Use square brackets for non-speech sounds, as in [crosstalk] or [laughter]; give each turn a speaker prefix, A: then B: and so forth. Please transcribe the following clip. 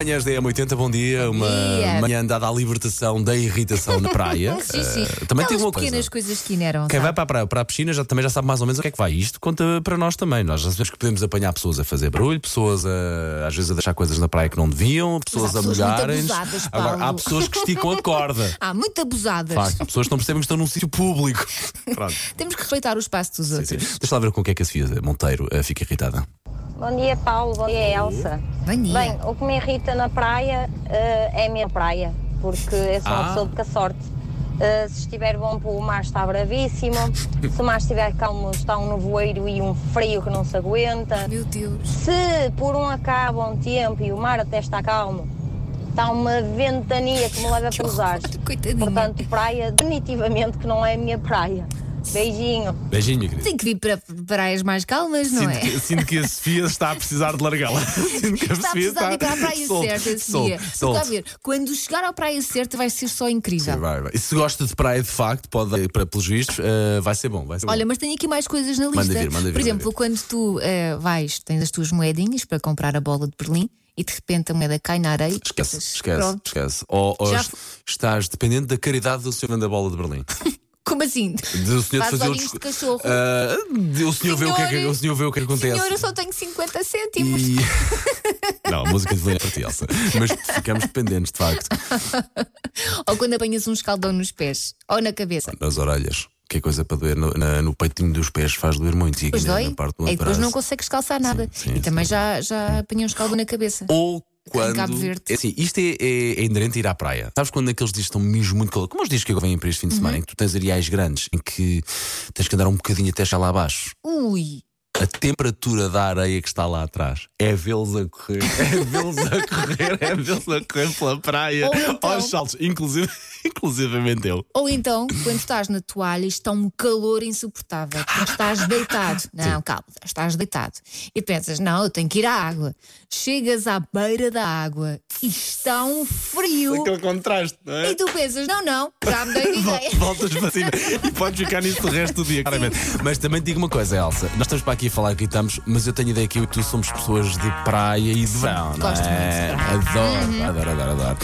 A: Manhãs da M80, bom dia. Uma
B: dia.
A: manhã dada à libertação da irritação na praia.
B: [laughs] Sim, sim.
A: Eh, também tem
B: Aquelas
A: uma é coisa.
B: pequenas coisas que ineram.
A: Quem vai
B: sabe?
A: para a, praia, para a piscina já, também já sabe mais ou menos o que é que vai. Isto conta para nós também. Nós às vezes que podemos apanhar pessoas a fazer barulho, pessoas a, às vezes a deixar coisas na praia que não deviam, pessoas
B: há
A: a
B: pessoas muito
A: molharem.
B: abusadas,
A: Agora há
B: Paulo.
A: pessoas que esticam
B: [laughs]
A: a corda.
B: Ah, muito abusadas.
A: Facto, há pessoas que não percebem que estão num sítio público. [laughs] Pronto.
B: Temos que respeitar o espaço dos
A: Sim, sim.
B: outros.
A: Deixa lá ver com o que é que a Sofia Monteiro eh, fica irritada.
C: Bom dia, Paulo. Bom dia, Elsa.
B: Bom dia.
C: Bem, o que me irrita na praia eh, é a minha praia, porque eu sou
A: Ah.
C: uma pessoa de pouca sorte. Eh, se estiver bom para o mar, está bravíssimo. se o mar estiver calmo, está um nevoeiro e um frio que não se aguenta.
B: Ah, Meu Deus.
C: Se por um acabo um tempo e o mar até está calmo, está uma ventania que me leva
B: Que
C: para os
B: horror,
C: ares.
B: coitadinha.
C: Portanto, praia, definitivamente que não é a minha praia. Beijinho.
A: Beijinho, minha querida.
B: Tem que vir para praias mais calmas, não
A: Sinto,
B: é?
A: que, sinto que a Sofia está a precisar de
B: [laughs]
A: largá-la. Sinto que a
B: Está a
A: Sofia
B: precisar de ir para a praia
A: [laughs] Solto,
B: certa,
A: solto,
B: Sofia. Porque,
A: solto.
B: a ver, quando chegar à praia certa vai ser só incrível.
A: Vai, vai. E se gosta de praia de facto, pode ir para pelos vistos, eh, vai ser bom. Vai ser bom.
B: Olha, mas tenho aqui mais coisas na lista.
A: Manda vir, manda vir,
B: Por exemplo,
A: manda vir.
B: quando tu eh, vais, tens as tuas moedinhas para comprar a bola de Berlim e de repente a moeda cai na areia.
A: esquece,
B: Pensas,
A: esquece,
B: pronto.
A: esquece. Ou, ou
B: Já
A: es-
B: fo-
A: estás dependente da caridade do senhor da bola de Berlim.
B: Como assim?
A: Do senhor
B: Faz
A: de fazer o
B: olhinhos
A: discu-
B: de cachorro.
A: Ah, de- o, senhor vê o, que é que,
B: Senhor,
A: o senhor vê o que é que acontece.
B: Senhor, eu só tenho 50 cêntimos.
A: E- [laughs] Não, a música de Belém é para ti, Elsa. Mas ficamos dependentes, de facto.
B: Ou quando apanhas um escaldão nos pés ou na cabeça.
A: Nas orelhas. Que é coisa para doer no, na- no peitinho dos pés faz doer muito. E aqui
B: Depois
A: na,
B: dói
A: na parte do
B: e depois
A: antebraço.
B: não consegues calçar nada.
A: sim,
B: e
A: sim,
B: também já, já apanhei um escaldo na cabeça.
A: Ou quando.
B: Cabo Verde.
A: É assim, isto é, é, é inerente a ir à praia. Sabes quando aqueles dias estão mesmo muito calor? Como os dias que agora vêm para este fim de
B: Uhum.
A: semana, em que tu tens areais grandes, em que tens que andar um bocadinho até já lá abaixo.
B: Ui!
A: A temperatura da areia que está lá atrás é vê-los a correr, [laughs] é vê-los a correr, é vê-los a correr pela praia,
B: Ou então-
A: aos saltos, inclusive, [laughs] inclusivamente eu.
B: Ou então, quando estás na toalha, está um calor insuportável, porque
A: [laughs]
B: estás deitado. Não, calma, estás deitado. E pensas, não, eu tenho que ir à água. Chegas à beira da água e está um frio.
A: Aquele contraste, não é?
B: E tu pensas, não, não, já me dei de
A: Vol-
B: ideia.
A: Voltas para cima
B: [laughs]
A: e podes ficar nisso o resto do dia, claramente. Mas também te digo uma coisa, Elsa. Nós estamos para aqui a falar que estamos, mas eu tenho ideia que eu e tu somos pessoas de praia e de verão, não
B: gosto
A: é?
B: muito de praia.
A: Adoro,
B: Uhum.
A: adoro, adoro, adoro.